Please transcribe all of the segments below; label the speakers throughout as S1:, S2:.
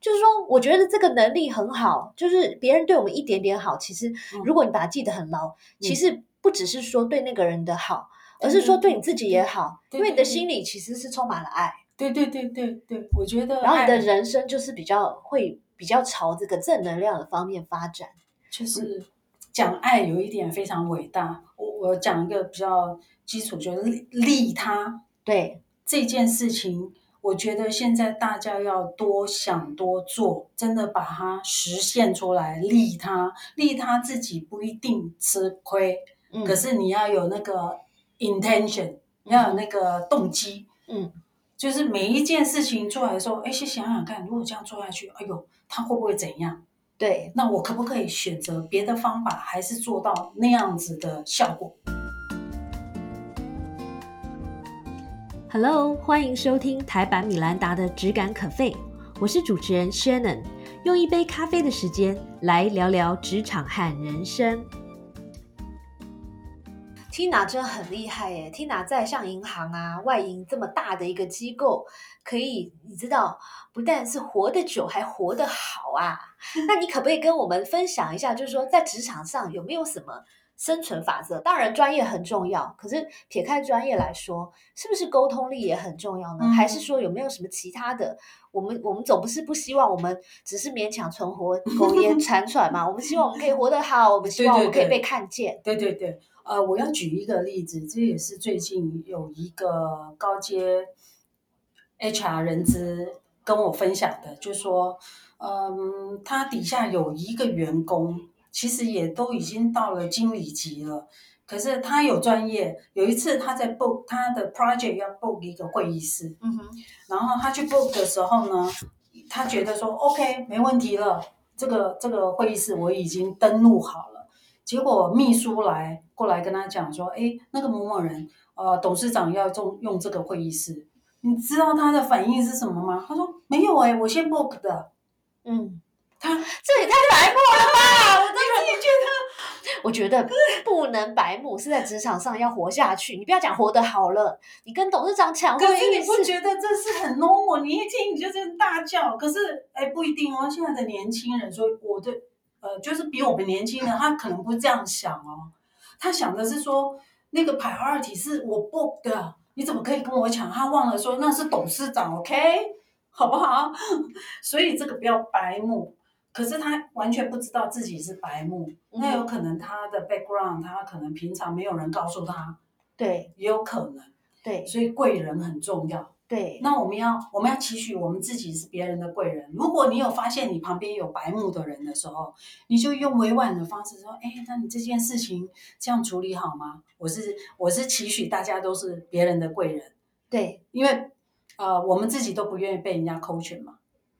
S1: 就是说，我觉得这个能力很好，就是别人对我们一点点好，其实
S2: 嗯
S1: 如果你把它记得很牢，其实不只是说对那个人的好，而是说对你自己也好，
S3: 对对对
S1: 因为你的心里其实是充满了爱，
S3: 对对对对对，我觉得
S1: 然后你的
S3: 爱
S1: 人生就是比较会比较朝这个正能量的方面发展。
S3: 就是讲爱有一点非常伟大。我我讲一个比较基础，就是利利他
S1: 对，
S3: 这件事情，我觉得现在大家要多想多做，真的把它实现出来，利他，利他自己不一定吃亏，
S1: 嗯，
S3: 可是你要有那个 intention，要有那个动机，
S1: 嗯，
S3: 就是每一件事情做来的时候，哎，先想想看，如果这样做下去，哎呦，他会不会怎样？
S1: 对，
S3: 那我可不可以选择别的方法，还是做到那样子的效果？
S2: Hello，欢迎收听台版米兰达的《只感可废》，我是主持人 Shannon，用一杯咖啡的时间来聊聊职场和人生。
S1: Tina 真的很厉害耶！Tina 在像银行啊、外银这么大的一个机构，可以你知道，不但是活得久，还活得好 啊。那你可不可以跟我们分享一下，就是说在职场上有没有什么生存法则？当然，专业很重要，可是撇开专业来说，是不是沟通力也很重要呢？
S3: 嗯
S1: 还是说有没有什么其他的？我们我们总不是不希望我们只是勉强存 活、苟延残喘嘛？我们希望我们可以活得好，我们希望我们可以
S3: 对对对
S1: 被看见。
S3: 对对对，呃，我要举一个例子，这也是最近有一个高阶 HR 人资跟我分享的，就说，嗯，他底下有一个员工，其实也都已经到了经理级了。可是他有专业，有一次他在 book 他的 project 要 book 一个会议室，
S1: 嗯哼，
S3: 然后他去 book 的时候呢，他觉得说 OK 没问题了，这个这个会议室我已经登录好了。结果秘书来过来跟他讲说，哎，那个某某人，呃，董事长要用用这个会议室，你知道他的反应是什么吗？他说没有哎、我先 book 的。
S1: 嗯。
S3: 他
S1: 这也太白目了 吧！我真的觉得，我觉得不能白目，是在职场上要活下去。你不要讲活得好了，你跟董事长抢会
S3: 可是
S1: 议
S3: 你不
S1: 室，
S3: 觉得这是很 normal？你一听你就是大叫，可是哎不一定哦，现在的年轻人说我的呃就是比我们年轻人，他可能不这样想哦，他想的是说那个 priority 是我 book 的，你怎么可以跟我抢？他忘了说那是董事长，OK，好不好？ 所以这个不要白目。可是他完全不知道自己是白目，
S1: 嗯
S3: 那有可能他的 background，他可能平常没有人告诉他，
S1: 对
S3: 也有可能，
S1: 对
S3: 所以贵人很重要。
S1: 对，
S3: 那我们要我们要期许我们自己是别人的贵人。如果你有发现你旁边有白目的人的时候，你就用委婉的方式说：“哎，那你这件事情这样处理好吗？”我是我是期许大家都是别人的贵人，
S1: 对
S3: 因为呃我们自己都不愿意被人家抠权嘛。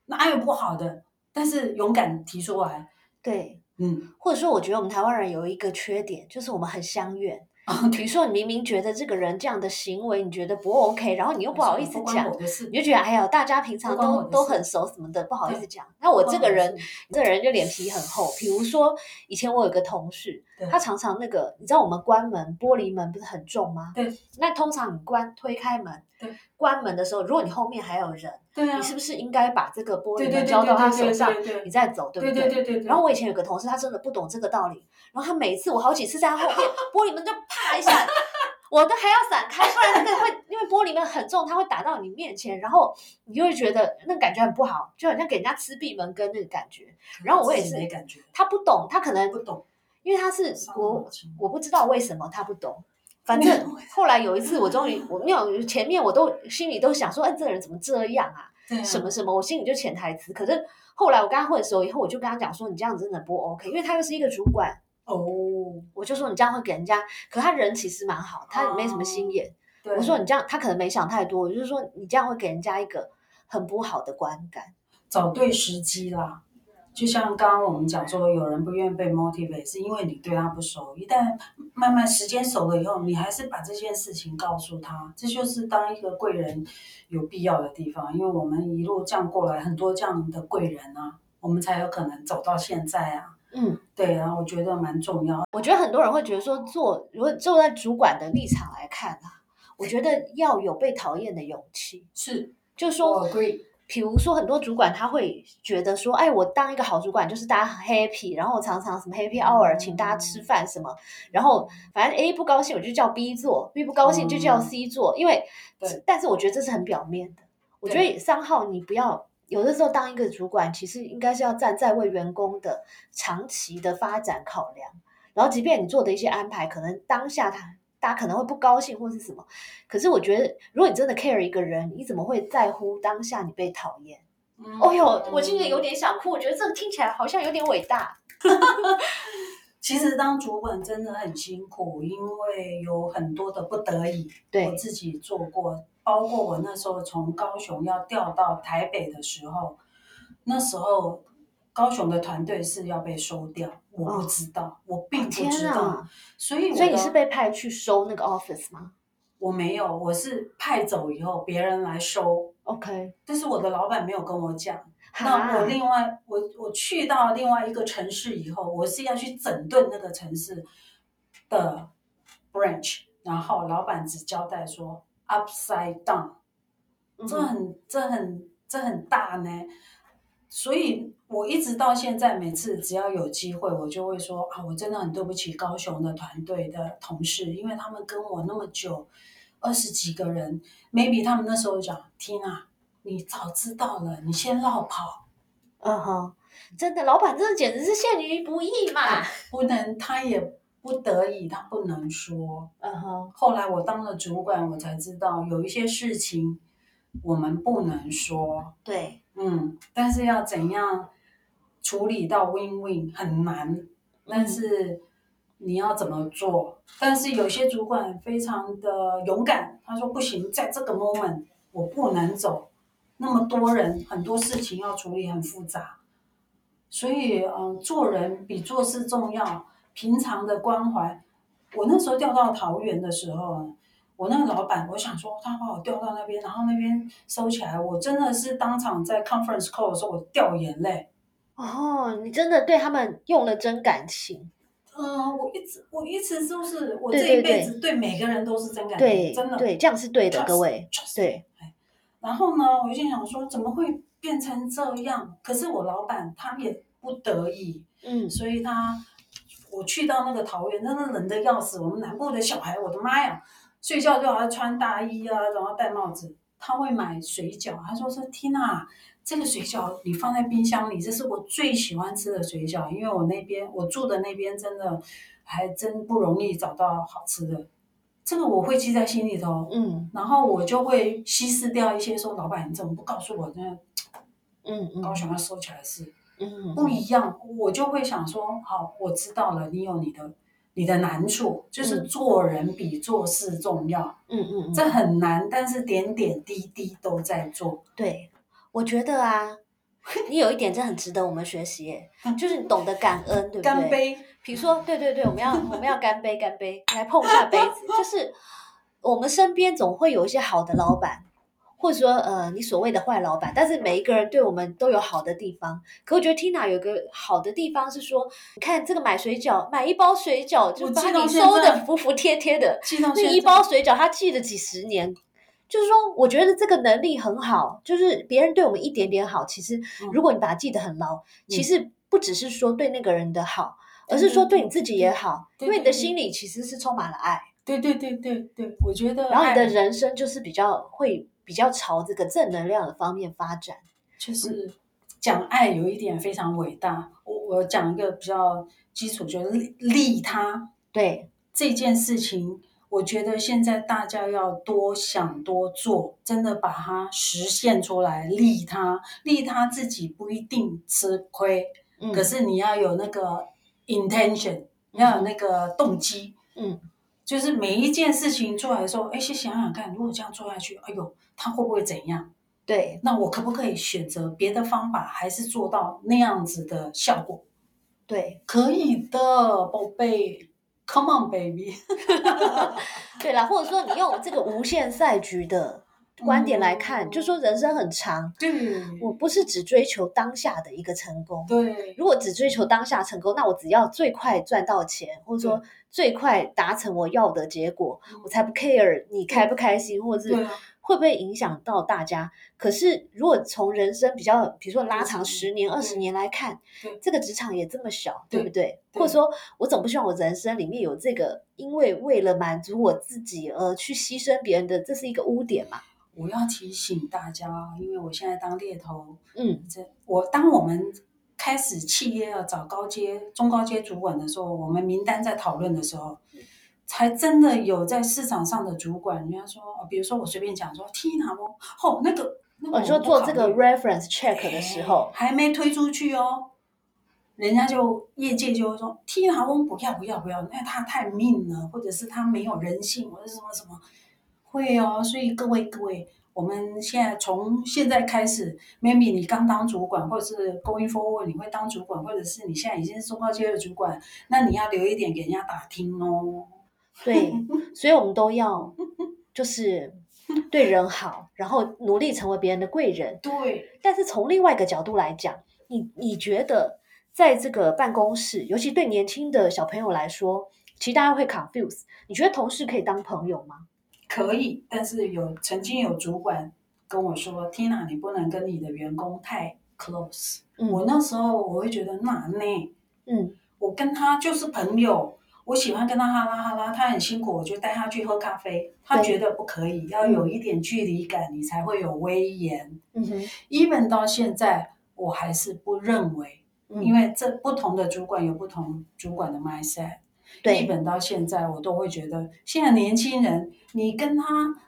S3: 那哪有不好的？但是勇敢提出来，
S1: 对，
S3: 嗯，
S1: 或者说，我觉得我们台湾人有一个缺点，就是我们很相怨。
S3: 哦
S1: 比如说，你明明觉得这个人这样的行为你觉得不 OK，然后你又不好意思
S3: 关
S1: 讲
S3: 我，的事，
S1: 你就觉得哎呀，大家平常
S3: 不关我
S1: 都
S3: 的
S1: 都
S3: 事
S1: 很熟什么的，不好意思
S3: 对
S1: 讲。那我这
S3: 不关
S1: 个
S3: 的
S1: 人
S3: 事，
S1: 这人就脸皮很厚。比如说，以前我有个同事
S3: 对，
S1: 他常常那个，你知道我们关门玻璃门不是很重吗？
S3: 对。
S1: 那通常你关推开门，
S3: 对，
S1: 关门的时候，如果你后面还有人，
S3: 对啊，
S1: 你是不是应该把这个玻
S3: 对
S1: 璃
S3: 对
S1: 门
S3: 对
S1: 交到他
S3: 对对
S1: 手上
S3: 对对，
S1: 你再走，对不
S3: 对对对对对。
S1: 然后我以前有个同事，他真的不懂这个道理，然后他每次我好几次在他后面，玻璃门就啪一下，我都还要闪开，不然那个会因为玻璃门很重，它会打到你面前，然后你就会觉得那感觉很不好，就好像给人家吃闭门羹那个感觉。然后我也
S3: 自己
S1: 是
S3: 没感觉，
S1: 他不懂，他可能
S3: 不懂，
S1: 因为他是
S3: 伤脑
S1: 我，
S3: 筋
S1: 我不知道为什么他不懂。反正后来有一次，我终于我没有前面我都心里都想说，哎，这个人怎么这样啊？
S3: 对啊
S1: 什么什么，我心里就潜台词。可是后来我跟他混熟以后，我就跟他讲说，你这样子真的不 OK，因为他又是一个主管，
S3: 哦，
S1: 我就说你这样会给人家，可他人其实蛮好，他也没什么心眼。
S3: 哦对
S1: 我说你这样，他可能没想太多，我就是说你这样会给人家一个很不好的观感。
S3: 找对时机啦。就像刚刚我们讲说，有人不愿意被 motivate，是因为你对他不熟。一旦慢慢时间熟了以后，你还是把这件事情告诉他，这就是当一个贵人有必要的地方。因为我们一路这样过来，很多这样的贵人啊，我们才有可能走到现在啊。
S1: 嗯，
S3: 对啊，我觉得蛮重要。
S1: 我觉得很多人会觉得说做，如果坐在主管的立场来看啊，我觉得要有被讨厌的勇气，
S3: 是，
S1: 就是说
S3: 我 agree。
S1: 比如说，很多主管他会觉得说，哎，我当一个好主管就是大家很 happy，然后我常常什么 happy hour 请大家吃饭什么，然后反正 A 不高兴我就叫 B 做，B 不高兴就叫
S3: 嗯
S1: C 做，因为
S3: 对，
S1: 但是我觉得这是很表面的。我觉得三号你不要有的时候当一个主管，其实应该是要站在为员工的长期的发展考量，然后即便你做的一些安排，可能当下他。大家可能会不高兴或是什么，可是我觉得，如果你真的 care 一个人，你怎么会在乎当下你被讨厌？哦
S3: 嗯
S1: 哟，我今天有。点想哭，我觉得这个听起来好像有点伟大。
S3: 其实当主管真的很辛苦，因为有很多的不得已。
S1: 对
S3: 我自己做过，包括我那时候从高雄要调到台北的时候，那时候高雄的团队是要被收掉，我不知道，我并不
S1: 哦天
S3: 知道，
S1: 啊！
S3: 所以我
S1: 所以你
S3: 的
S1: 是被派去收那个 office 吗
S3: 我没有，我是派走以后别人来收，
S1: ？OK，
S3: 但是我的老板没有跟我讲。那
S1: 哈
S3: 我另外，我我去到另外一个城市以后，我是要去整顿那个城市的 branch，然后老板只交代说 upside down，
S1: 嗯
S3: 这很这很这很大呢。所以我一直到现在，每次只要有机会，我就会说啊，我真的很对不起高雄的团队的同事，因为他们跟我那么久，二十几个人，maybe 他们那时候讲，Tina，你早知道了，你先绕跑，
S1: 嗯哼，真的，老板真的简直是陷于不义嘛。
S3: 不能，他也不得已，他不能说。
S1: 嗯哼，
S3: 后来我当了主管，我才知道有一些事情我们不能说，
S1: 对，
S3: 嗯，但是要怎样处理到 win win 很难，但是你要怎么做？但是有些主管非常的勇敢，他说不行，在这个 moment 我不能走，那么多人，很多事情要处理很复杂，所以嗯，做人比做事重要，平常的关怀。我那时候调到桃园的时候啊呢，我那个老板，我想说他把我调到那边，然后那边收起来，我真的是当场在 conference call 的时候，我掉眼泪。
S1: 哦，你真的对他们用了真感情。
S3: 嗯、我一直我一直都是我
S1: 对
S3: 这
S1: 对
S3: 一辈子对每个人都是真感情，
S1: 对
S3: 真的
S1: 对，这样是对的，各位。
S3: Trust- trust
S1: 对，
S3: 然后呢，我就想说怎么会变成这样？可是我老板他也不得已，
S1: 嗯，
S3: 所以他我去到那个桃园，真的冷的要死。我们南部的小孩，我的妈呀，睡觉就要穿大衣啊，然后戴帽子。他会买水饺，他说说缇娜，这个水饺你放在冰箱里，这是我最喜欢吃的水饺，因为我那边我住的那边真的还真不容易找到好吃的。这个我会记在心里头，
S1: 嗯
S3: 然后我就会稀释掉一些说，老板你怎么不告诉我那
S1: 嗯嗯
S3: 高雄要收起来的事？
S1: 嗯
S3: 不一样，我就会想说，好，我知道了，你有你的你的难处，就是
S1: 嗯
S3: 做人比做事重要，
S1: 嗯嗯，
S3: 这很难，但是点点滴滴都在做。
S1: 对，我觉得啊， 你有一点真的很值得我们学习耶，就是你懂得感恩，对不对？
S3: 嗯干杯！
S1: 比如说，对对对，我们要我们要干杯，干杯，来碰一下杯子。就是我们身边总会有一些好的老板，或者说呃你所谓的坏老板，但是每一个人对我们都有好的地方。可我觉得 Tina 有个好的地方是说，你看这个买水饺，买一包水饺就
S3: 我
S1: 把
S3: 记到
S1: 你
S3: 现
S1: 收的
S3: 在
S1: 服服帖帖的，
S3: 记到
S1: 那
S3: 现
S1: 一
S3: 在
S1: 包水饺他记了几十年。就是说，我觉得这个能力很好，就是别人对我们一点点好，其实
S3: 嗯
S1: 如果你把它记得很牢，其实不只是说对那个人的好，而是说对你自己也好，
S3: 对
S1: 因为你的
S3: 对对
S1: 心里其实是充满了爱，
S3: 对对对对对，我觉得
S1: 然后你的
S3: 爱
S1: 人生就是比较会比较朝这个正能量的方面发展。
S3: 就是讲爱有一点非常伟大。我我讲一个比较基础，就是利利他
S1: 对，
S3: 这件事情。我觉得现在大家要多想多做，真的把它实现出来，利他，利他自己不一定吃亏，
S1: 嗯，
S3: 可是你要有那个 intention，要有那个动机，
S1: 嗯，
S3: 就是每一件事情做来的时候，哎，先想想看，如果这样做下去，哎呦，他会不会怎样？
S1: 对，
S3: 那我可不可以选择别的方法，还是做到那样子的效果？
S1: 对，
S3: 可以的，宝贝，Come on baby。
S1: 对啦，或者说你用这个无限赛局的观点来看，
S3: 嗯
S1: 就说人生很长，
S3: 对，
S1: 我不是只追求当下的一个成功，
S3: 对，
S1: 如果只追求当下成功，那我只要最快赚到钱，或者说
S3: 嗯
S1: 最快达成我要的结果，我才不 care 你开不开心，或者
S3: 对
S1: 是
S3: 啊
S1: 会不会影响到大家？可是如果从人生比较，比如说拉长十年、二十年来看
S3: 对，
S1: 这个职场也这么小，
S3: 对
S1: 对不对？
S3: 对
S1: 或者说，我总不希望我人生里面有这个，因为为了满足我自己而去牺牲别人的，这是一个污点嘛？
S3: 我要提醒大家，哦因为我现在当猎头，
S1: 嗯，
S3: 这我当我们开始企业要找高阶、中高阶主管的时候，我们名单在讨论的时候，才真的有在市场上的主管，人家说，哦比如说我随便讲说 Tina 哦，哦那个，那个
S1: 我
S3: 们
S1: 说
S3: 不
S1: 做
S3: 考
S1: 这个
S3: 虑
S1: reference check 的时候，
S3: 还没推出去哦，人家就业界就会说 Tina 翁不要不要不要，那他太 mean 了，或者是他没有人性，或者是什么什么，会哦。所以各位各位，我们现在从现在开始，maybe 你刚当主管，或者是 going forward 你会当主管，或者是你现在已经是中高阶的主管，那你要留一点给人家打听哦。
S1: 对，所以我们都要就是对人好，然后努力成为别人的贵人。
S3: 对，
S1: 但是从另外一个角度来讲，你你觉得在这个办公室，尤其对年轻的小朋友来说，其实大家会 confuse。你觉得同事可以当朋友吗？
S3: 可以，但是有曾经有主管跟我说，Tina 你不能跟你的员工太 close。我那时候我会觉得那呢，
S1: 嗯，
S3: 我跟他就是朋友，我喜欢跟他哈拉哈拉，他很辛苦，我就带他去喝咖啡。他
S1: 对
S3: 觉得不可以，要有一点距离感，你才会有威严。
S1: 嗯哼，
S3: even 到现在，我还是不认为，
S1: 嗯
S3: 因为这不同的主管有不同主管的 mindset。日
S1: 对，
S3: 本到现在，我都会觉得，现在年轻人，你跟他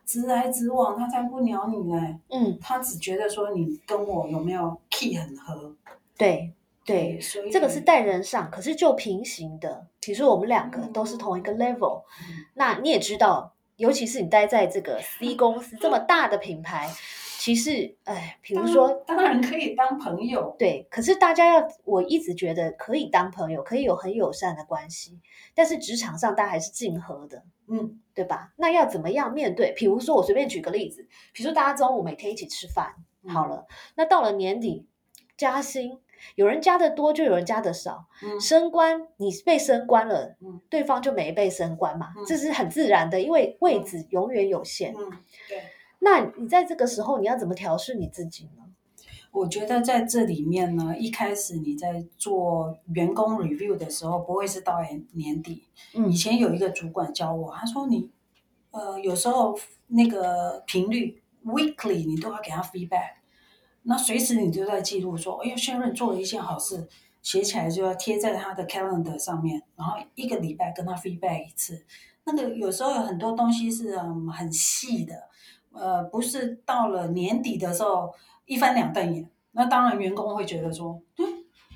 S3: 直来直往，他才不鸟你嘞，
S1: 嗯，
S3: 他只觉得说你跟我有没有 key 很合。
S1: 对，对，，
S3: 所以
S1: 这个是带人上，可是就平行的，比如说我们两个都是同一个 level，、
S3: 嗯
S1: 那你也知道，尤其是你待在这 个 C 公司这么大的品牌，其实，哎，比
S3: 当
S1: 如说
S3: 当然可以当朋友，
S1: 对，可是大家要，我一直觉得可以当朋友，可以有很友善的关系，但是职场上大家还是竞合的，
S3: 嗯，
S1: 对吧？那要怎么样面对？比如说，我随便举个例子，比如说大家中午每天一起吃饭，好
S3: 嗯
S1: 了，那到了年底加薪，有人加的多，就有人加的少，
S3: 嗯，
S1: 升官你被升官了
S3: 嗯，
S1: 对方就没被升官嘛
S3: 嗯，
S1: 这是很自然的，因为位置永远有限。
S3: 嗯，对，
S1: 那你在这个时候，你要怎么调试你自己呢？
S3: 我觉得在这里面呢，一开始你在做员工 review 的时候，不会是到年底，
S1: 嗯
S3: 以前有一个主管教我，他说你，呃，有时候那个频率 weekly 你都要给他 feedback，那随时你都在记录说，哎呦，Sharon 做了一件好事，写起来就要贴在他的 calendar 上面，然后一个礼拜跟他 feedback 一次。那个有时候有很多东西是嗯很细的，呃，不是到了年底的时候一翻两瞪眼。那当然，员工会觉得说，嗯，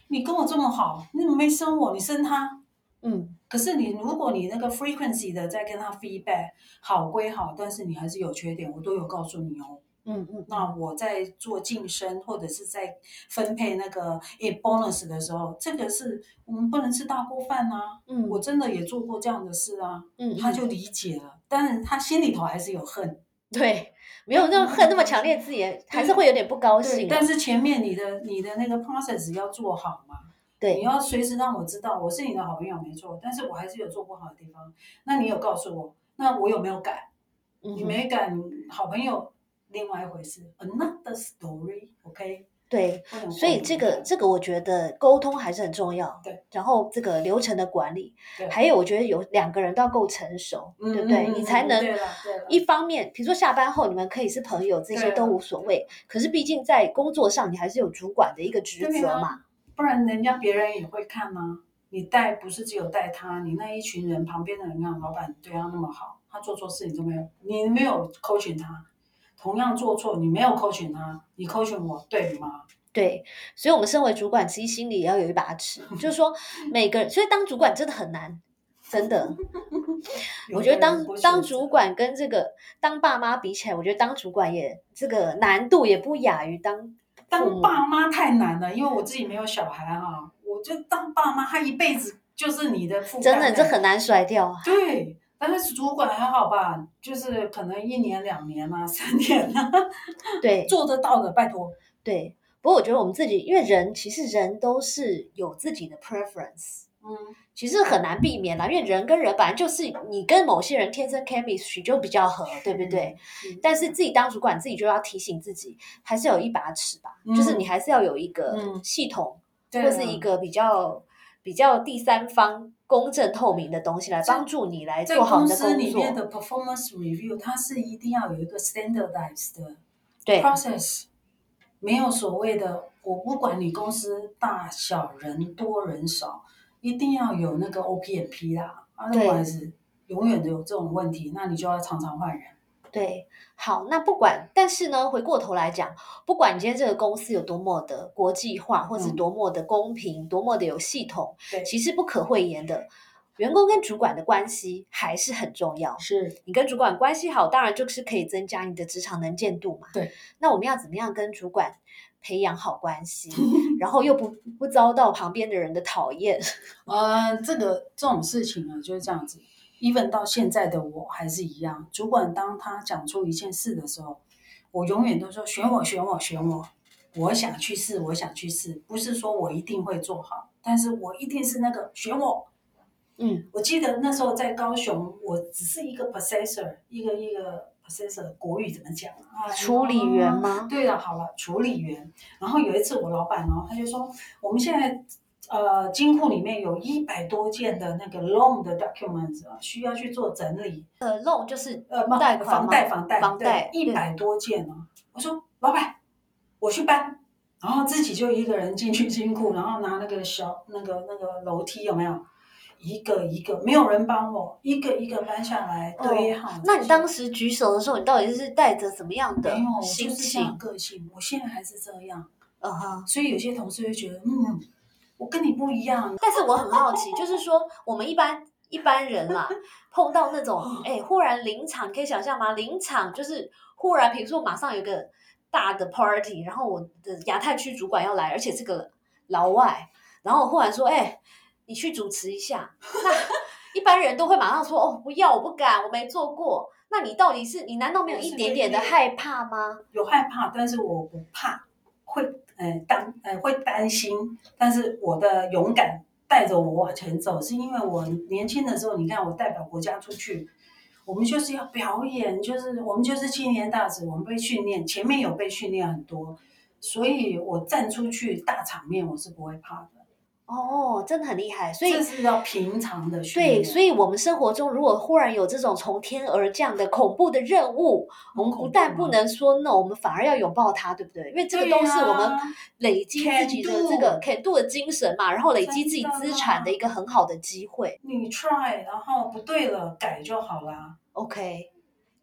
S3: 你跟我这么好，你怎么没生我？你生他？
S1: 嗯，
S3: 可是你如果你那个 frequency 的在跟他 feedback 好归好，但是你还是有缺点，我都有告诉你哦。
S1: 嗯嗯，
S3: 那我在做晋升或者是在分配那个 a bonus 的时候，这个是我们不能吃大锅饭啊。
S1: 嗯
S3: 我真的也做过这样的事啊，
S1: 嗯
S3: 他
S1: 嗯
S3: 就理解了，但是他心里头还是有恨。
S1: 对，没有那种恨那么强烈的字眼，还是会有点不高兴
S3: 对，
S1: 啊。
S3: 但是前面你的你的那个 process 要做好嘛。
S1: 对，
S3: 你要随时让我知道我是你的好朋友没错，但是我还是有做不好的地方。那你有告诉我，那我有没有改？
S1: 嗯
S3: 你
S1: 哼
S3: 没敢好朋友，另外一回事，another story，OK？、
S1: 对，
S3: 不能
S1: 所以这个这个我觉得沟通还是很重要。
S3: 对，
S1: 然后这个流程的管理，
S3: 对
S1: 还有我觉得有两个人都要够成熟，
S3: 嗯
S1: 对不对？
S3: 嗯嗯
S1: 你才
S3: 嗯
S1: 能
S3: 对了对了
S1: 一方面，比如说下班后你们可以是朋友，这些
S3: 对
S1: 都
S3: 了
S1: 无所谓。可是毕竟在工作上，你还是有主管的一个职
S3: 对
S1: 责
S3: 啊
S1: 嘛。
S3: 不然人家别人也会看啊。你带不是只有带他，你那一群人旁边的人啊，老板对他那么好，他做错事你都没有，你没有 coaching 他，同样做错你没有 coaching 他，你 coaching 我对吗？
S1: 对，所以我们身为主管，其实心里也要有一把 尺，就是说每个人，所以当主管真的很难，真 的。我觉得当当主管跟这个当爸妈比起来，我觉得当主管也这个难度也不亚于当
S3: 当爸妈太难了，因为我自己没有小孩啊，我就当爸妈，他一辈子就是你的负担
S1: 真
S3: 了。
S1: 的这很难甩掉啊。
S3: 对。但是主管还好吧，就是可能一年、两年啊、 三年 啊，
S1: 对
S3: 做得到的，拜托。
S1: 对，不过我觉得我们自己，因为人其实人都是有自己的 preference，
S3: 嗯，
S1: 其实很难避免啦，因为人跟人本来就是你跟某些人天生 chemistry 就比较合，对不对？
S3: 嗯
S1: 但是自己当主管，自己就要提醒自己，还是有一把尺吧，
S3: 嗯
S1: 就是你还是要有一个
S3: 嗯
S1: 系统，
S3: 对
S1: 或
S3: 啊
S1: 是一个比较比较第三方公正透明的东西来
S3: 在
S1: 帮助你来
S3: 在
S1: 做好
S3: 公
S1: 你的
S3: 司
S1: 工
S3: 里面
S1: 作。
S3: 的 performance review，它是一定要有一个 standardized 的
S1: 对
S3: process，没有所谓的，我不管你公司大小、人多人少，一定要有那个 O P N P 啦，啊，不
S1: 对
S3: 好意思，永远都有这种问题，那你就要常常换人。
S1: 对，好，那不管，但是呢，回过头来讲，不管你今天这个公司有多么的国际化，或是
S3: 嗯
S1: 多么的公平，多么的有系统，
S3: 对
S1: 其实不可讳言的，员工跟主管的关系还是很重要。
S3: 是，
S1: 你跟主管关系好，当然就是可以增加你的职场能见度嘛。
S3: 对，
S1: 那我们要怎么样跟主管培养好关系， 然后又不不遭到旁边的人的讨厌？
S3: 呃，这个这种事情啊，就是这样子。even 到现在的我还是一样，主管当他讲出一件事的时候，我永远都说选我，选我，选我，我想去试，我想去试，不是说我一定会做好，但是我一定是那个选我，
S1: 嗯，
S3: 我记得那时候在高雄，我只是一个 processor，一个一个 processor，国语怎么讲啊？
S1: 处理员吗？
S3: 对了，好了，处理员。然后有一次我老板哦，他就说我们现在呃金库里面有一百多件的那个 loan 的 documents 啊，需要去做整理，
S1: 呃，loan 就是
S3: 呃，不
S1: 贷款吗
S3: 房贷房贷
S1: 房贷
S3: 一百多件哦。我说老板，我去搬。然后自己就一个人进去金库，然后拿那个小那个那个楼梯有没有？一个一个，没有人帮我，一个一个搬下来
S1: 哦
S3: 堆好这些。
S1: 那你当时举手的时候，你到底是带着什么样的
S3: 没有，我就
S1: 心
S3: 是这样
S1: 情？
S3: 个性，我现在还是这样。
S1: 嗯哼。
S3: 所以有些同事会觉得，嗯，我跟你不一样，
S1: 但是我很好奇，就是说我们一般一般人啦，碰到那种哎、忽然临场，你可以想象吗？临场就是忽然，比如说马上有个大的 party，然后我的亚太区主管要来，而且是个老外，然后忽然说，哎、你去主持一下。那一般人都会马上说，哦，不要，我不敢，我没做过。那你到底是你难道没有一点点的害怕吗？
S3: 有害怕，但是我不怕，会呃担呃会担心，但是我的勇敢带着我往前走，是因为我年轻的时候，你看我代表国家出去。我们就是要表演，就是我们就是青年大使，我们被训练，前面有被训练很多，所以我站出去大场面我是不会怕的，
S1: 哦，真的很厉害，所以
S3: 这是要平常的训练。
S1: 对，所以我们生活中如果忽然有这种从天而降的恐怖的任务，我们
S3: 恐
S1: 不
S3: 怖
S1: 但不
S3: 吗
S1: 能说 no，我们反而要拥抱它，对不对？因为这个
S3: 对
S1: 都是我们
S3: 呀
S1: 累积自
S3: ，can
S1: 己的这个 can do 的精神嘛，然后累积
S3: 真
S1: 自己
S3: 的
S1: 资产的一个很好的机会。
S3: 你 try，然后不对了改就好啦，
S1: OK，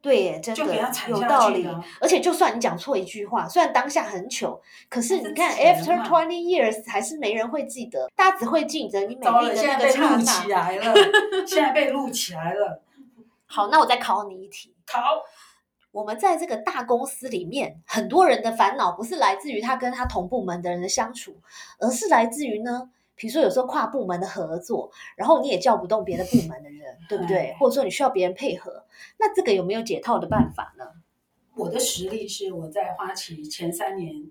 S1: 对耶，真
S3: 就给它
S1: 的
S3: 踩
S1: 有
S3: 下
S1: 道
S3: 去
S1: 理
S3: 啊。
S1: 而且就算你讲错一句话，虽然当下很糗，可是
S3: 但是
S1: 你看
S3: 之
S1: ，after
S3: 前嘛
S1: twenty years 还是没人会记得，大家只会记得你美
S3: 糟
S1: 丽
S3: 了，
S1: 的
S3: 现
S1: 那
S3: 在
S1: 个
S3: 被
S1: 刹
S3: 录啊
S1: 那
S3: 起。来了，现在被录起来了，
S1: 好，那我再考你一题。
S3: 考
S1: 我们在这个大公司里面，很多人的烦恼不是来自于他跟他同部门的人的相处，而是来自于呢，比如说有时候跨部门的合作，然后你也叫不动别的部门的人，对不对？或者说你需要别人配合，那这个有没有解套的办法呢？
S3: 我的实力是我在花旗前三年，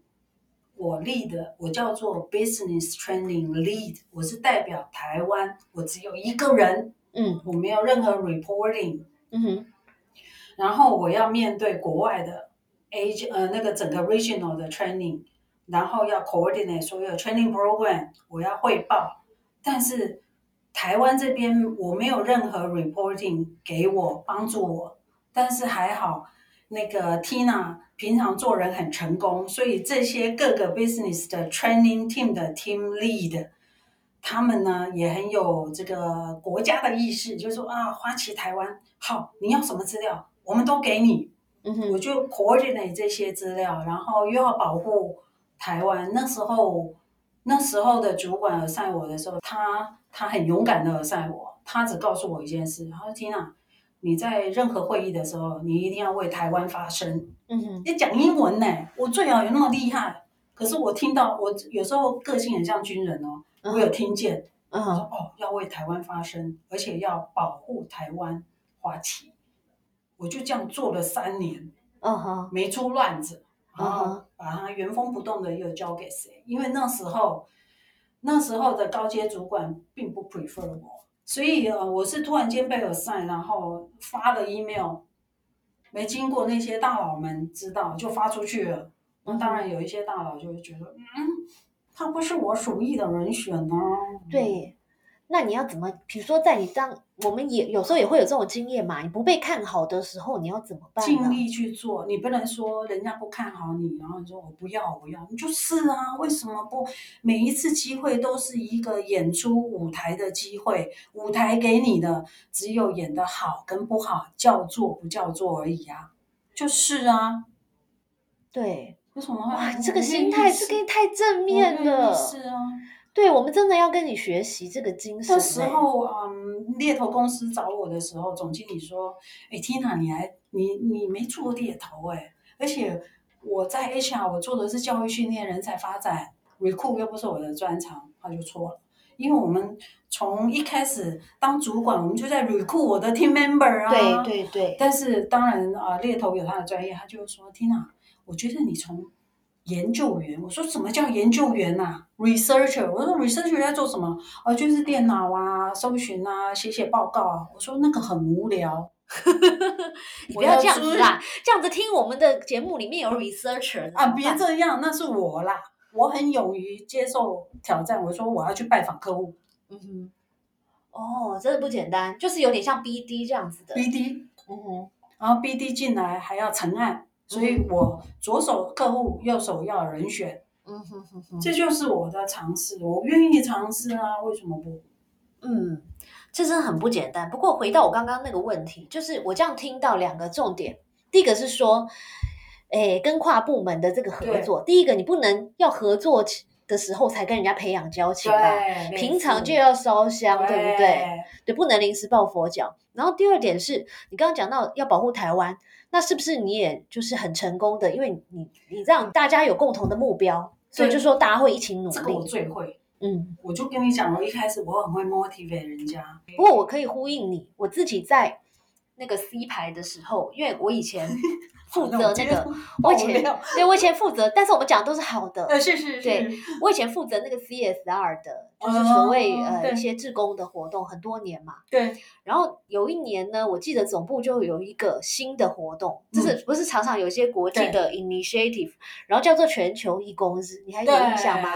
S3: 我 lead 我叫做 business training lead，我是代表台湾，我只有一个人，
S1: 嗯
S3: 我没有任何 reporting，
S1: 嗯哼，
S3: 然后我要面对国外的 A g 呃那个整个 regional 的 training，然后要 coordinate 所有 training program，我要汇报。但是台湾这边我没有任何 reporting 给我帮助我，但是还好那个 Tina 平常做人很成功，所以这些各个 business 的 training team 的 team lead。他们呢也很有这个国家的意识，就是说啊，花旗台湾好，你要什么资料，我们都给你，
S1: 嗯
S3: 我
S1: 哼，
S3: 就 coordinate 这些资料，然后又要保护台湾。那时候，那时候的主管尔赛我的时候，他他很勇敢的尔赛我，他只告诉我一件事，他说：“缇娜，你在任何会议的时候，你一定要为台湾发声。”
S1: 嗯哼，
S3: 你讲英文呢、我最好有那么厉害。可是我听到，我有时候个性很像军人哦，
S1: 嗯
S3: 我有听见，
S1: 嗯
S3: 我说
S1: 哼，
S3: 哦，要为台湾发声，而且要保护台湾花旗。我就这样做了三年，
S1: 嗯哼，
S3: 没出乱子，
S1: 嗯
S3: 然后
S1: 哼
S3: 把它原封不动的又交给谁？因为那时候那时候的高阶主管并不 prefer 我，所以呃，我是突然间被 assign，然后发了 email，没经过那些大佬们知道就发出去了。那
S1: 嗯
S3: 当然有一些大佬就会觉得，嗯，他不是我属意的人选呢、啊
S1: 对，那你要怎么？比如说，在你当我们也有时候也会有这种经验嘛，你不被看好的时候，你要怎么办
S3: 尽
S1: 呢？
S3: 力去做，你不能说人家不看好你，然后你说我不要，我不要，你就是啊，为什么不？每一次机会都是一个演出舞台的机会，舞台给你的只有演的好跟不好，叫做不叫做而已啊，就是啊，
S1: 对，
S3: 为什么会？
S1: 哇，
S3: 我
S1: 这个
S3: 我愿
S1: 心
S3: 意
S1: 态
S3: 试
S1: 这个太正
S3: 我
S1: 面
S3: 愿意
S1: 了。
S3: 试啊。
S1: 对，我们真的要跟你学习这个精神。
S3: 那时，候，嗯，猎头公司找我的时候，总经理说：“哎，Tina，你还你你没做猎头哎、而且我在 HR 我做的是教育训练、人才发展，recruit 又不是我的专长。”他就错了，因为我们从一开始当主管，我们就在 recruit 我的 team member 啊。
S1: 对对对，
S3: 但是当然啊、呃猎头有他的专业，他就说：“Tina，我觉得你从研究员，我说什么叫研究员呐、r e s e a r c h e r 我说 researcher 在做什么？哦、就是电脑啊，搜寻啊，写写报告啊。我说那个很无聊，
S1: 你
S3: 我
S1: 不要
S3: 要
S1: 这样
S3: 注
S1: 子
S3: 意
S1: 啦，这样子听我们的节目里面有 researcher
S3: 啊，
S1: 怎么
S3: 别
S1: 办
S3: 这样，那是我啦。我很勇于接受挑战。我说我要去拜访客户
S1: 嗯哼，哦，真的不简单，就是有点像 BD 这样子的。
S3: BD，
S1: 嗯哼，
S3: 然后 BD 进来还要成案，所以我左手客户，右手要有人选，
S1: 嗯哼哼哼，
S3: 这就是我的尝试。我愿意尝试啊，为什么不？
S1: 嗯，这真的很不简单。不过回到我刚刚那个问题，就是我这样听到两个重点，第一个是说，诶，跟跨部门的这个合
S3: 对
S1: 作，第一个你不能要合作起的时候才跟人家培养交情吧，
S3: 对，类
S1: 平常
S3: 似
S1: 就要烧香，对不对？
S3: 对？
S1: 对，不能临时抱佛脚。然后第二点是你刚刚讲到要保护台湾，那是不是你也就是很成功的？因为你你让大家有共同的目标，所以
S3: 对
S1: 就说大家会一起努
S3: 这个我
S1: 力。
S3: 最会。
S1: 嗯，
S3: 我就跟你讲，我一开始我很会 motivate 人家，
S1: 不过我可以呼应你，我自己在那个 C 排的时候，因为我以前负责那个，我
S3: 我哦
S1: 以前对我以前负责，但是我们讲的都是好 的，
S3: 呃，是是
S1: 对
S3: 是，
S1: 我以前负责那个 CSR 的，就是所谓、
S3: 哦
S1: 呃
S3: 对
S1: 一些志工的活动，很多年嘛。
S3: 对
S1: 然后有一年呢，我记得总部就有一个新的活动，就是不是常常有一些国际的 initiative，然后叫做全球义工日，你还有印象吗？？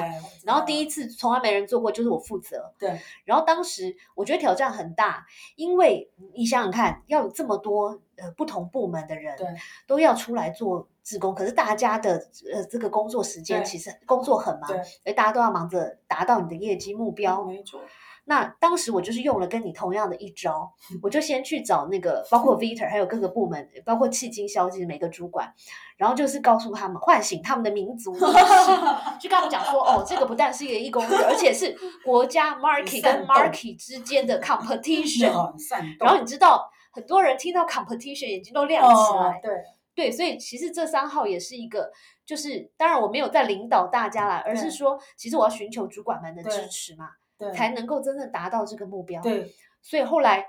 S1: 然后第
S3: 一
S1: 一次从来没人做过，就是我负责。
S3: 对，
S1: 然后当时我觉得挑战很大，因为你想想看，要有这么多呃不同部门的人
S3: 对
S1: 都要出来做志工，可是大家的呃这个工作时间
S3: 对
S1: 其实工作很忙
S3: 对，
S1: 而大家都要忙着达到你的业绩目标。
S3: 没错，
S1: 那当时我就是用了跟你同样的一招，
S3: 嗯
S1: 我就先去找那个包括 Viter 还有各个部门，包括迄今消极每个主管，然后就是告诉他们唤醒他们的民 族意识，就跟他们讲说，哦，这个不但是一个义工日，而且是国 家 market 跟
S3: 煽动哦
S1: market 之间的 competition。
S3: 很善
S1: 然后你知道，很多人听到 competition 眼睛都亮起来，
S3: 哦，对
S1: 对，所以其实这三号也是一个，就是当然我没有在领导大家啦，而是
S3: 对
S1: 说，其实我要寻求主管们的
S3: 对
S1: 支持嘛。
S3: 对
S1: 才能够真正达到这个目标。，
S3: 对，
S1: 所以后来，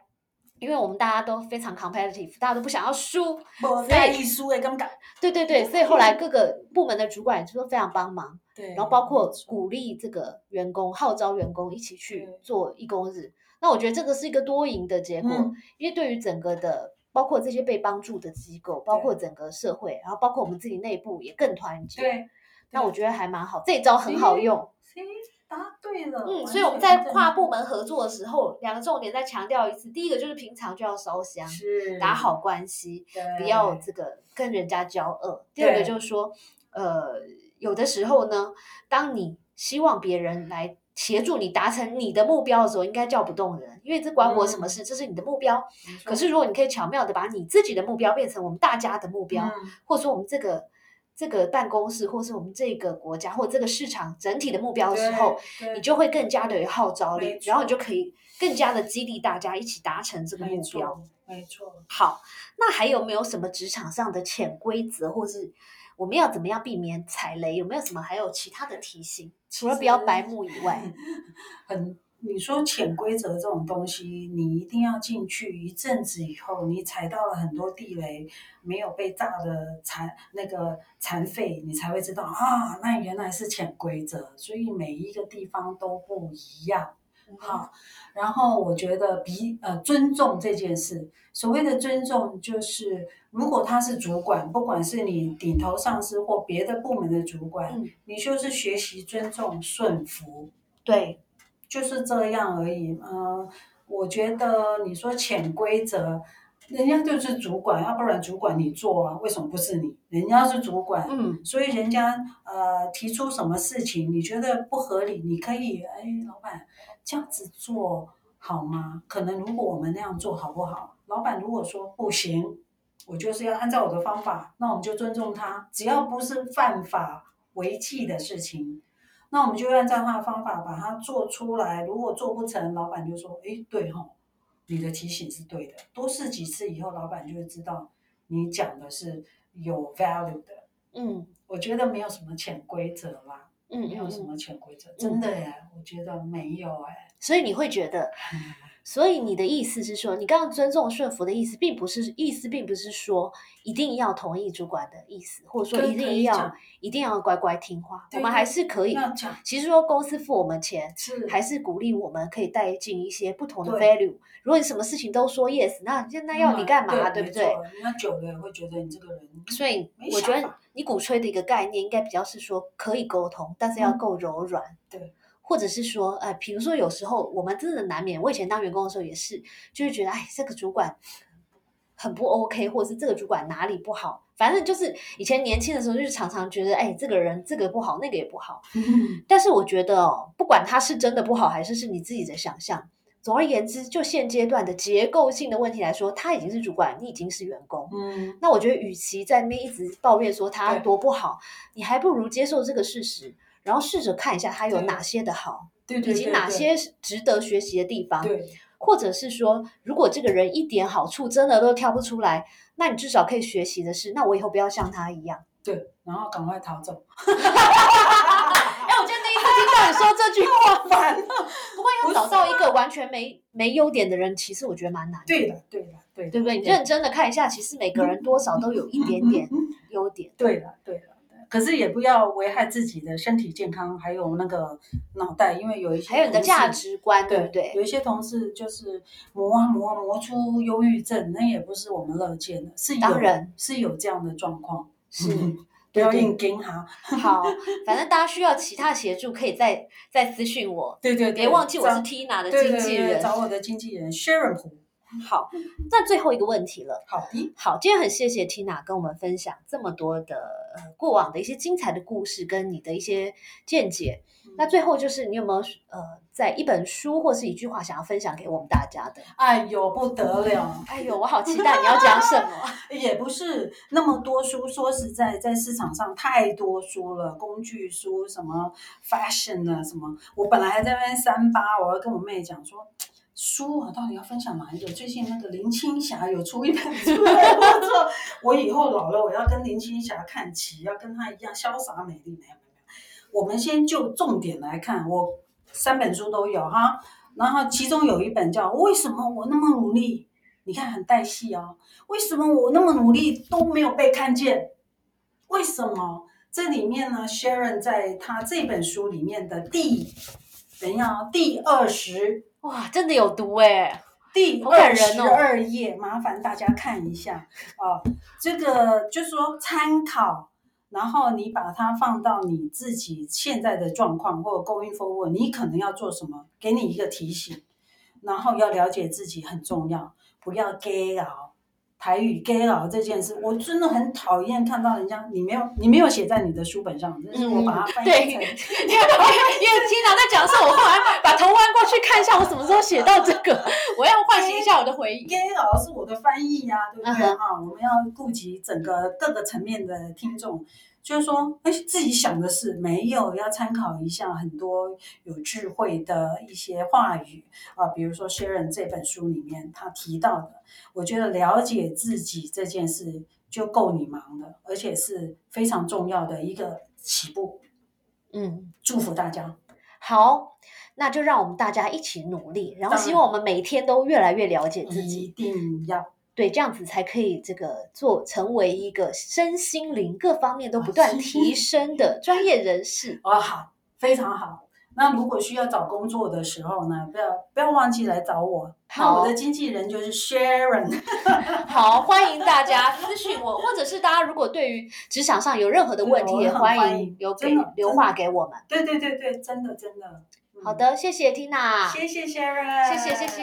S1: 因为我们大家都非常 competitive，大家都不想要输，
S3: 我在艺术的感觉，
S1: 对对对，所以后来各个部门的主管就都非常帮忙，
S3: 对，
S1: 然后包括
S3: 没错
S1: 鼓励这个员工，号召员工一起去
S3: 对
S1: 做义工日。那我觉得这个是一个多赢的结果，
S3: 嗯
S1: 因为对于整个的。包括这些被帮助的机构，包括整个社会，然后包括我们自己内部也更团结。，
S3: 对，
S1: 那我觉得还蛮好，这一招很好
S3: 诶
S1: 用。
S3: 谁答对了？
S1: 嗯，
S3: 完
S1: 所以我们
S3: 全
S1: 在
S3: 正
S1: 跨
S3: 确
S1: 部门合作的时候，两个重点再强调一次。第一个就是平常就要烧香，
S3: 是
S1: 打好，关系，不
S3: 对
S1: 要这个跟人家交恶。第二个
S3: 对
S1: 就是说，呃，有的时候呢，当你希望别人来协助你达成你的目标的时候，应该叫不动人，因为这关我什么事？这是你的目标。
S3: 嗯没错
S1: 可是如果你可以巧妙的把你自己的目标变成我们大家的目标，
S3: 嗯
S1: 或者说我们这个。这个办公室，或是我们这个国家，或这个市场整体的目标的时候，，
S3: 对
S1: 你就会更加的有号召
S3: 没
S1: 力，
S3: 错
S1: 然后你就可以更加的激励大家一起达成这个
S3: 对
S1: 目
S3: 没
S1: 标。
S3: 错，没错，
S1: 好，那还有没有什么职场上的潜规则，或是我们要怎么样避免 踩雷？有没有什么还有其他的提醒？除了不要白目以外，
S3: 很你说潜规则这种东西，你一定要进去一阵子以后，你踩到了很多地雷，没有被炸的残那个残废，你才会知道啊，那原来是潜规则。所以每一个地方都不一样，哈、然后我觉得比呃尊重这件事，所谓的尊重就是，如果他是主管，不管是你顶头上司或别的部门的主管，
S1: 嗯
S3: 你就是学习尊重、顺服。
S1: 对，
S3: 就是这样而已。呃，我觉得你说潜规则，人家就是主管，要不然主管你做啊，为什么不是你？人家是主管，
S1: 嗯，
S3: 所以人家呃提出什么事情，你觉得不合理，你可以哎，老板这样子做好吗？可能如果我们那样做好不好？老板如果说不行，我就是要按照我的方法，那我们就尊重他，只要不是犯法违纪的事情，那我们就按照他的方法把它做出来。如果做不成，老板就说：“哎，对吼、你的提醒是对的。”多试几次以后，老板就会知道你讲的是有 value 的。
S1: 嗯
S3: 我觉得没有什么潜规则啦，
S1: 嗯，
S3: 没有什
S1: 嗯
S3: 么潜规则，真的耶，我觉得没有哎。
S1: 所以你会觉得，
S3: 嗯
S1: 所以你的意思是说，你刚刚尊重顺服的意思，并不是意思，并不是说一定要同意主管的意思，或者说
S3: 对
S1: 一
S3: 可
S1: 定
S3: 以
S1: 要
S3: 讲
S1: 一定要乖乖听话，我
S3: 对
S1: 们
S3: 对
S1: 还是可以。
S3: 要讲
S1: 其实说公司付我们钱，
S3: 是
S1: 还是鼓励我们可以带进一些不同的
S3: 对嗯
S1: value。如果你什么事情都说 yes，那那要你干嘛，对
S3: 对
S1: 不对？？
S3: 没错人家久了也会觉得你这个人，
S1: 所以
S3: 没
S1: 我
S3: 想
S1: 觉得
S3: 法
S1: 你鼓吹的一个概念，应该比较是说可以沟通，但是要
S3: 嗯
S1: 够柔软。
S3: 对。
S1: 或者是说，哎、比如说有时候我们真的难免，我以前当员工的时候也是，就会觉得，哎，这个主管很不 OK，或者是这个主管哪里不好，反正就是以前年轻的时候，就是常常觉得，哎，这个人这个不好，那个也不好。但是我觉得哦，不管他是真的不好，还是是你自己的想象，总而言之，就现阶段的结构性的问题来说，他已经是主管，你已经是员工，
S3: 嗯，
S1: 那我觉得，与其在那边一直抱怨说他
S3: 对
S1: 多不好，你还不如接受这个事实，然后试着看一下他有
S3: 对
S1: 哪些的好，
S3: 对对
S1: 以
S3: 对，
S1: 及哪
S3: 对
S1: 些是值得学习的地方，
S3: 对
S1: 或者是说，如果这个人一点好处真的都挑不出来，那你至少可以学习的是，那我以后不要像他一样。
S3: 对，然后赶快逃走，，
S1: 哎，我就第一次听到你说这 句话
S3: 烦啊！
S1: 不过啊要找到一个完全没没优点的人，其实我觉得蛮难的，
S3: 对的，对的，对的，
S1: 对不对？你认真的看一下，其实每个人多少都有一点 点优点。
S3: 对了，对了，对可是也不要危害自己的身体健康，还有那个脑袋，因为有一些
S1: 还有你的
S3: 同事
S1: 价，值观，对
S3: 对
S1: 不对？
S3: 有一些同事就是磨啊磨啊磨出忧郁症，那也不是我们乐见的，是有
S1: 当然
S3: 是有这样的状况，
S1: 是，
S3: 不要
S1: 嗯对对
S3: 硬跟哈。
S1: 好， 反正大家需要其他协助，可以再再私信我。
S3: 对对对，
S1: 别忘记我是
S3: 找
S1: Tina 的
S3: 对
S1: 经
S3: 对
S1: 纪
S3: 对对
S1: 人。
S3: 找我的经纪人 Sharon 胡，
S1: 好，那最后一个问题了。
S3: 好的，
S1: 好，今天很谢谢 Tina 跟我们分享这么多的、呃、过往的一些精彩的故事，跟你的一些见解。那最后就是你有没有呃，在一本书或是一句话想要分享给我们大家的？
S3: 哎呦不得了。
S1: 哎呦，我好期待你要讲什么。
S3: 也不是那么多书，说实在，在市场上太多书了，工具书什么 fashion 啊什么。我本来还在那边三八，我要跟我妹讲说，书啊到底要分享哪一个？最近那个林青霞有出一本书来，我就说 我以后老了我要跟林青霞看齐，要跟她一样潇洒美丽。没有没有没有，我们先就重点来看，我三本书都有哈，然后其中有一本叫《为什么我那么努力》，你看很带戏哦。为什么我那么努力都没有被看见？为什么？这里面呢，Sharon 在他这本书里面的第，等一下啊，第二十
S1: 哇，真的有毒哎、
S3: 第
S1: 好感
S3: 二
S1: 人
S3: 十
S1: 哦
S3: 二页，麻烦大家看一下啊、这个就是说参考，然后你把它放到你自己现在的状况或 going forward，你可能要做什么，给你一个提醒，然后要了解自己很重要，不要 gay 佬。台语 gay 佬这件事，我真的很讨厌看到人家你没有你没有写在你的书本上，但是我把它翻
S1: 嗯
S3: 译
S1: 对，因
S3: 成
S1: 为因为 Tina 在讲的时候，我后来把头弯过去看一下，我什么时候写到这 个，我要唤醒一下我的回忆。
S3: gay 佬是我的翻译呀、对不对
S1: 嗯
S3: 啊？我们要顾及整个各个层面的听众，就是说，哎，自己想的是没有，要参考一下很多有智慧的一些话语啊，比如说 Sharon 这本书里面他提到的，我觉得了解自己这件事就够你忙的，而且是非常重要的一个起步。
S1: 嗯，
S3: 祝福大家，
S1: 好，那就让我们大家一起努力，然后
S3: 当然
S1: 希望我们每天都越来越了解自
S3: 一
S1: 己，
S3: 定要
S1: 对，这样子才可以这个做成为一个身心灵各方面都不断提升的专业人士。
S3: 哦，好，非常好。那如果需要找工作的时候呢，不要不要忘记来找我。那
S1: 好
S3: 我的经纪人就是 Sharon，
S1: 好，欢迎大家私讯我，或者是大家如果对于职场上有任何的问题，
S3: 对我
S1: 也
S3: 很
S1: 欢
S3: 欢
S1: 迎
S3: 迎
S1: 留给
S3: 真的
S1: 留
S3: 真
S1: 话
S3: 的
S1: 给我们。
S3: 对对对对，真的真的。嗯
S1: 好，的，谢谢 Tina，
S3: 谢谢 Sharon，
S1: 谢谢谢谢。